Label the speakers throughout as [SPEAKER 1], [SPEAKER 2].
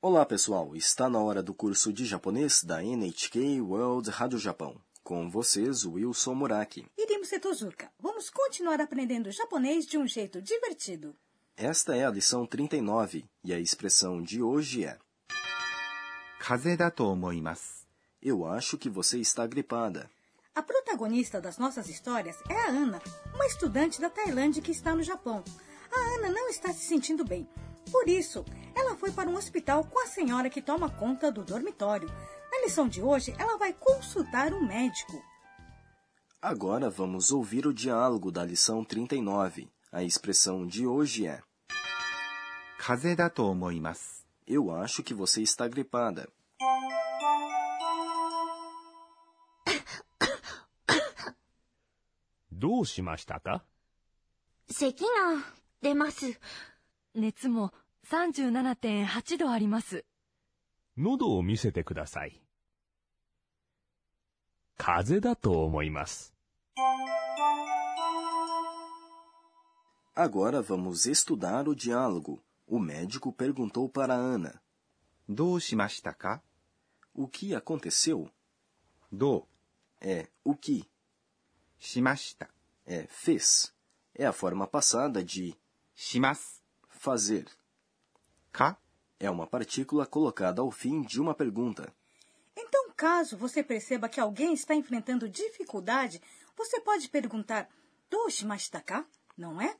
[SPEAKER 1] Olá, pessoal! Está na hora do curso de japonês da NHK World Rádio Japão. Com vocês, Wilson Muraki.
[SPEAKER 2] Irimo Setojuka, vamos continuar aprendendo japonês de um jeito divertido.
[SPEAKER 1] Esta é a lição 39 e a expressão de hoje é:
[SPEAKER 3] 風邪だと思います。
[SPEAKER 1] Eu acho que você está gripada.
[SPEAKER 2] A protagonista das nossas histórias é a Ana, uma estudante da Tailândia que está no Japão. A Ana não está se sentindo bem. Por isso, ela foi para um hospital com a senhora que toma conta do dormitório. Na lição de hoje, ela vai consultar um médico.
[SPEAKER 1] Agora vamos ouvir o diálogo da lição 39. A expressão de hoje é:
[SPEAKER 3] 風邪だと思います。
[SPEAKER 1] Eu acho que você está gripada.
[SPEAKER 4] どうしましたか
[SPEAKER 5] 咳が出ます。
[SPEAKER 6] 熱も37.8度あります。
[SPEAKER 4] 喉を見せてください。風邪だと思います。
[SPEAKER 1] Agora vamos estudar o diálogo. O médico perguntou para Ana:
[SPEAKER 3] どうしましたか
[SPEAKER 1] O que aconteceu?
[SPEAKER 3] ど
[SPEAKER 1] É o que
[SPEAKER 3] うしました。
[SPEAKER 1] é fez. É a forma passada de
[SPEAKER 3] します。
[SPEAKER 1] fazer.
[SPEAKER 3] か
[SPEAKER 1] É uma partícula colocada ao fim de uma pergunta.
[SPEAKER 2] Então, caso você perceba que alguém está enfrentando dificuldade, você pode perguntar: Doshimashitaka? Não é?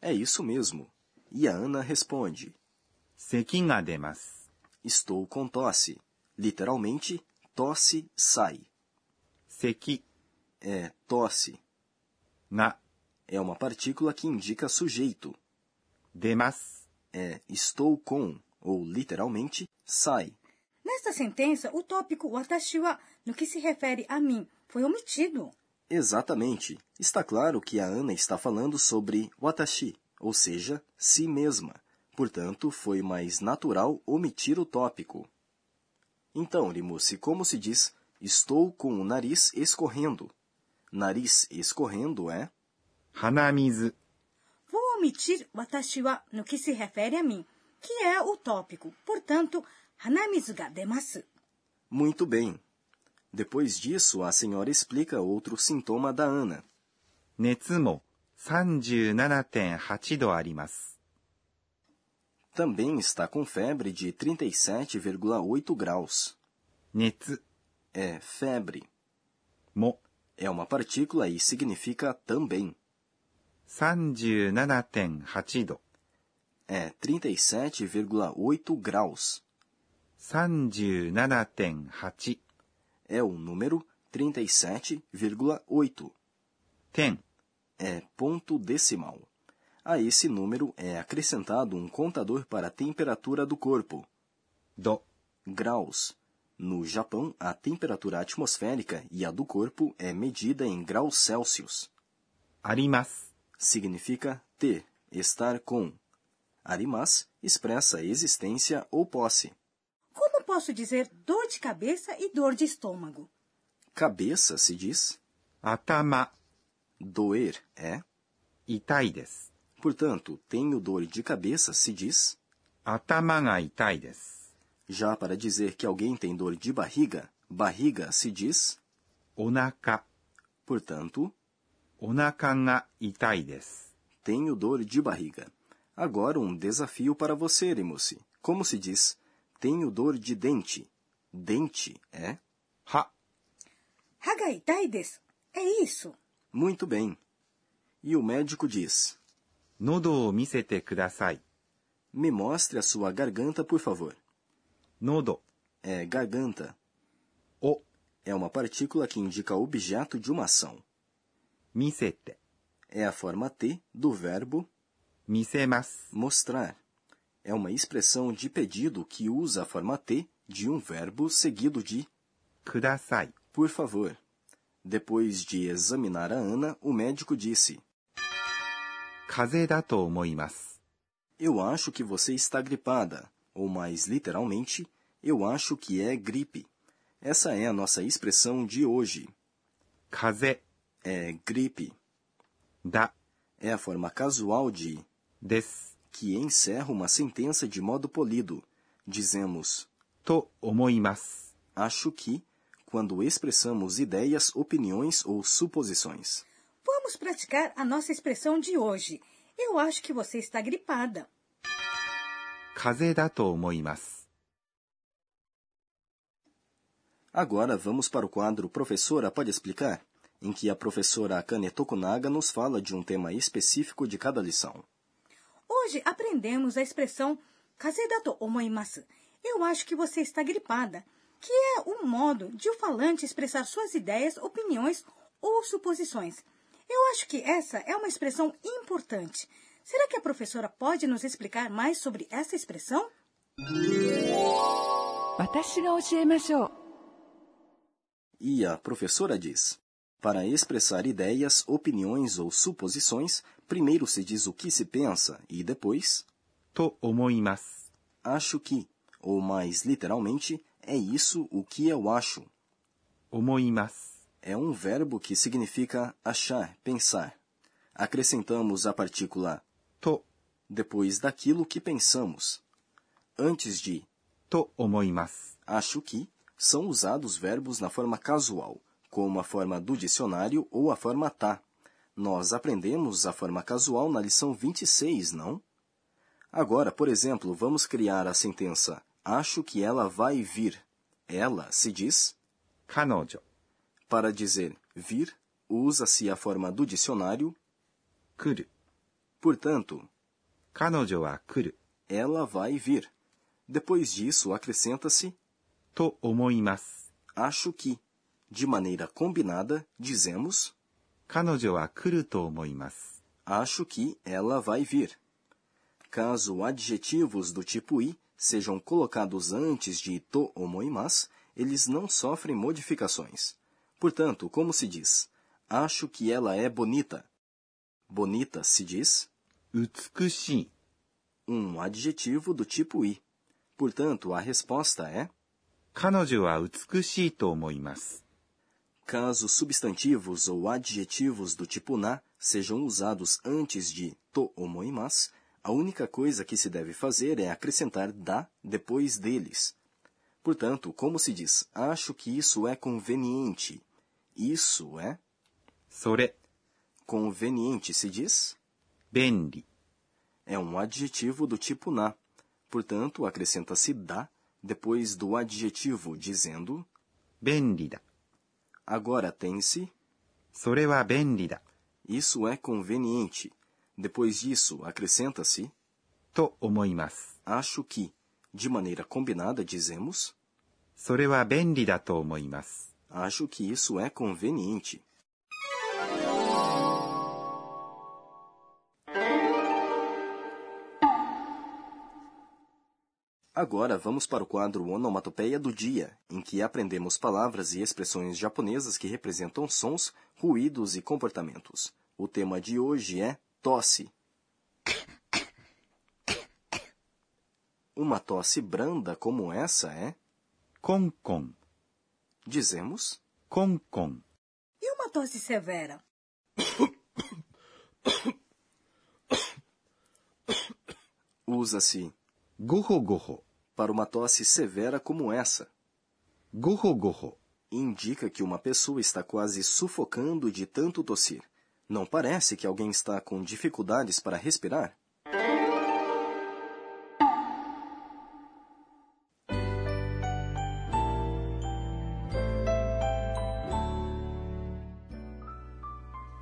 [SPEAKER 1] É isso mesmo. E a Ana responde:
[SPEAKER 3] 咳が出ます。
[SPEAKER 1] Estou com tosse. Literalmente, tosse sai.
[SPEAKER 3] 咳
[SPEAKER 1] É tosse.
[SPEAKER 3] が
[SPEAKER 1] É uma partícula que indica sujeito.
[SPEAKER 3] 出ます。
[SPEAKER 1] É estou com, ou literalmente, sai.
[SPEAKER 2] Nesta sentença, o tópico watashi wa, no que se refere a mim, foi omitido.
[SPEAKER 1] Exatamente. Está claro que a Ana está falando sobre watashi, ou seja, si mesma. Portanto, foi mais natural omitir o tópico. Então, Limusi, como se diz estou com o nariz escorrendo? Nariz escorrendo é
[SPEAKER 3] 鼻水。
[SPEAKER 2] Vou omitir watashi wa, no que se refere a mim, que é o tópico. Portanto, hanamizu ga demasu.
[SPEAKER 1] muito bem. Depois disso, a senhora explica outro sintoma da Ana.
[SPEAKER 3] 熱も37.8度あります。
[SPEAKER 1] Também está com febre de 37,8 graus.
[SPEAKER 3] 熱
[SPEAKER 1] É febre.
[SPEAKER 3] も
[SPEAKER 1] É uma partícula e significa também.
[SPEAKER 3] 37.8度。
[SPEAKER 1] É 37,8 graus.
[SPEAKER 3] 37.8
[SPEAKER 1] É o número 37,8.
[SPEAKER 3] 点。
[SPEAKER 1] É ponto decimal. A esse número é acrescentado um contador para a temperatura do corpo,
[SPEAKER 3] 度。
[SPEAKER 1] graus. No Japão, a temperatura atmosférica e a do corpo é medida em graus Celsius.
[SPEAKER 3] あります。
[SPEAKER 1] Significa ter, estar com. Arimas expressa existência ou posse.
[SPEAKER 2] Como posso dizer dor de cabeça e dor de estômago?
[SPEAKER 1] Cabeça se diz
[SPEAKER 3] 頭、
[SPEAKER 1] doer, é
[SPEAKER 3] 痛いです。
[SPEAKER 1] Portanto, tenho dor de cabeça se diz.
[SPEAKER 3] 頭が痛いです。
[SPEAKER 1] Já para dizer que alguém tem dor de barriga, barriga se diz.
[SPEAKER 3] お腹、
[SPEAKER 1] Portanto,
[SPEAKER 3] お腹が痛いです。
[SPEAKER 1] tenho dor de barriga. Agora um desafio para você, Erimusi. Como se diz? Tenho dor de dente. Dente é?
[SPEAKER 3] 歯、
[SPEAKER 2] Haga itai desu. É isso.
[SPEAKER 1] Muito bem. E o médico diz:
[SPEAKER 3] 喉を見せてください。
[SPEAKER 1] Me mostre a sua garganta, por favor.
[SPEAKER 3] 喉、
[SPEAKER 1] É garganta.
[SPEAKER 3] を、
[SPEAKER 1] É uma partícula que indica objeto de uma ação.
[SPEAKER 3] 見せて、
[SPEAKER 1] É a forma T do verbo
[SPEAKER 3] 見せます。
[SPEAKER 1] Mostrar é uma expressão de pedido que usa a forma T de um verbo seguido de
[SPEAKER 3] ください。
[SPEAKER 1] por favor. Depois de examinar a Ana, o médico disse:
[SPEAKER 3] 風邪だと思います。
[SPEAKER 1] Eu acho que você está gripada, ou mais literalmente, eu acho que é gripe. Essa é a nossa expressão de hoje.
[SPEAKER 3] 風邪、
[SPEAKER 1] É gripe.
[SPEAKER 3] だ、
[SPEAKER 1] É a forma casual de
[SPEAKER 3] です。
[SPEAKER 1] que encerra uma sentença de modo polido. Dizemos
[SPEAKER 3] と思います。
[SPEAKER 1] acho que quando expressamos ideias, opiniões ou suposições.
[SPEAKER 2] Vamos praticar a nossa expressão de hoje. Eu acho que você está gripada.
[SPEAKER 3] 風邪だと思います。
[SPEAKER 1] Agora vamos para o quadro Professora Pode Explicar, em que a professora Akane Tokunaga nos fala de um tema específico de cada lição.
[SPEAKER 2] Hoje aprendemos a expressão kazedato omoimasu. Eu acho que você está gripada, que é um modo de o falante expressar suas ideias, opiniões ou suposições. Eu acho que essa é uma expressão importante. Será que a professora pode nos explicar mais sobre essa expressão?
[SPEAKER 6] 私が教えましょう
[SPEAKER 1] E a professora diz: Para expressar ideias, opiniões ou suposições, primeiro se diz o que se pensa e depois
[SPEAKER 3] と思います。
[SPEAKER 1] acho que, ou mais literalmente, é isso o que eu acho.
[SPEAKER 3] 思います。
[SPEAKER 1] É um verbo que significa achar, pensar. Acrescentamos a partícula
[SPEAKER 3] と、
[SPEAKER 1] depois daquilo que pensamos. Antes de
[SPEAKER 3] と思います。
[SPEAKER 1] acho que, são usados verbos na forma casual, como a forma do dicionário ou a forma tá. Nós aprendemos a forma casual na lição 26, não? Agora, por exemplo, vamos criar a sentença Acho que ela vai vir. Ela se diz.
[SPEAKER 3] 彼女、
[SPEAKER 1] Para dizer vir, usa-se a forma do dicionário,
[SPEAKER 3] 来る。
[SPEAKER 1] portanto,
[SPEAKER 3] 彼女は来る。
[SPEAKER 1] ela vai vir. Depois disso, acrescenta-se
[SPEAKER 3] と思います。
[SPEAKER 1] acho que. De maneira combinada, dizemos
[SPEAKER 3] 彼女は来ると思います。
[SPEAKER 1] Acho que ela vai vir. Caso adjetivos do tipo i sejam colocados antes de to omoimas, eles não sofrem modificações. Portanto, como se diz? Acho que ela é bonita. Bonita se diz
[SPEAKER 3] 美しい。
[SPEAKER 1] um adjetivo do tipo i. Portanto, a resposta é
[SPEAKER 3] 彼女は美しいと思います。
[SPEAKER 1] Caso substantivos ou adjetivos do tipo na sejam usados antes de to omoimas, a única coisa que se deve fazer é acrescentar da depois deles. Portanto, como se diz, acho que isso é conveniente. Isso é
[SPEAKER 3] それ、
[SPEAKER 1] conveniente se diz,
[SPEAKER 3] 便利。
[SPEAKER 1] é um adjetivo do tipo na. Portanto, acrescenta-se da depois do adjetivo dizendo,
[SPEAKER 3] 便利だ。
[SPEAKER 1] agora tem-se
[SPEAKER 3] それは便利だ。
[SPEAKER 1] Isso é conveniente. Depois disso, acrescenta-se
[SPEAKER 3] と思います。
[SPEAKER 1] acho que. De maneira combinada, dizemos
[SPEAKER 3] それは便利だと思います。
[SPEAKER 1] acho que isso é conveniente. Agora vamos para o quadro Onomatopeia do Dia, em que aprendemos palavras e expressões japonesas que representam sons, ruídos e comportamentos. O tema de hoje é tosse. Uma tosse branda como essa é,
[SPEAKER 3] コンコン、
[SPEAKER 1] dizemos,
[SPEAKER 3] コンコン、
[SPEAKER 2] E uma tosse severa?
[SPEAKER 1] usa-se
[SPEAKER 3] ごほごほ、
[SPEAKER 1] assim, para uma tosse severa como essa.
[SPEAKER 3] ごほごほ、
[SPEAKER 1] Indica que uma pessoa está quase sufocando de tanto tossir. Não parece que alguém está com dificuldades para respirar?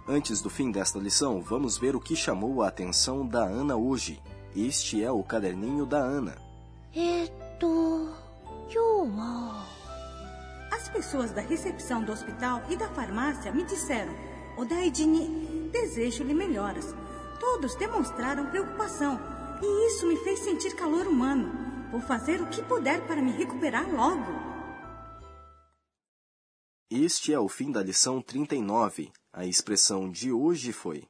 [SPEAKER 1] Antes do fim desta lição, vamos ver o que chamou a atenção da Ana hoje. Este é o caderninho da Ana.
[SPEAKER 5] えーっと、今日は、
[SPEAKER 2] As pessoas da recepção do hospital e da farmácia me disseram: Odaidini, desejo-lhe melhoras. Todos demonstraram preocupação e isso me fez sentir calor humano. Vou fazer o que puder para me recuperar logo.
[SPEAKER 1] Este é o fim da lição 39. A expressão de hoje foi: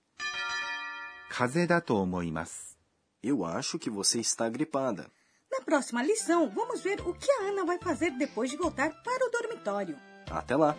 [SPEAKER 3] 風邪だと思います。
[SPEAKER 1] Eu acho que você está gripada.
[SPEAKER 2] Na próxima lição, vamos ver o que a Ana vai fazer depois de voltar para o dormitório.
[SPEAKER 1] Até lá!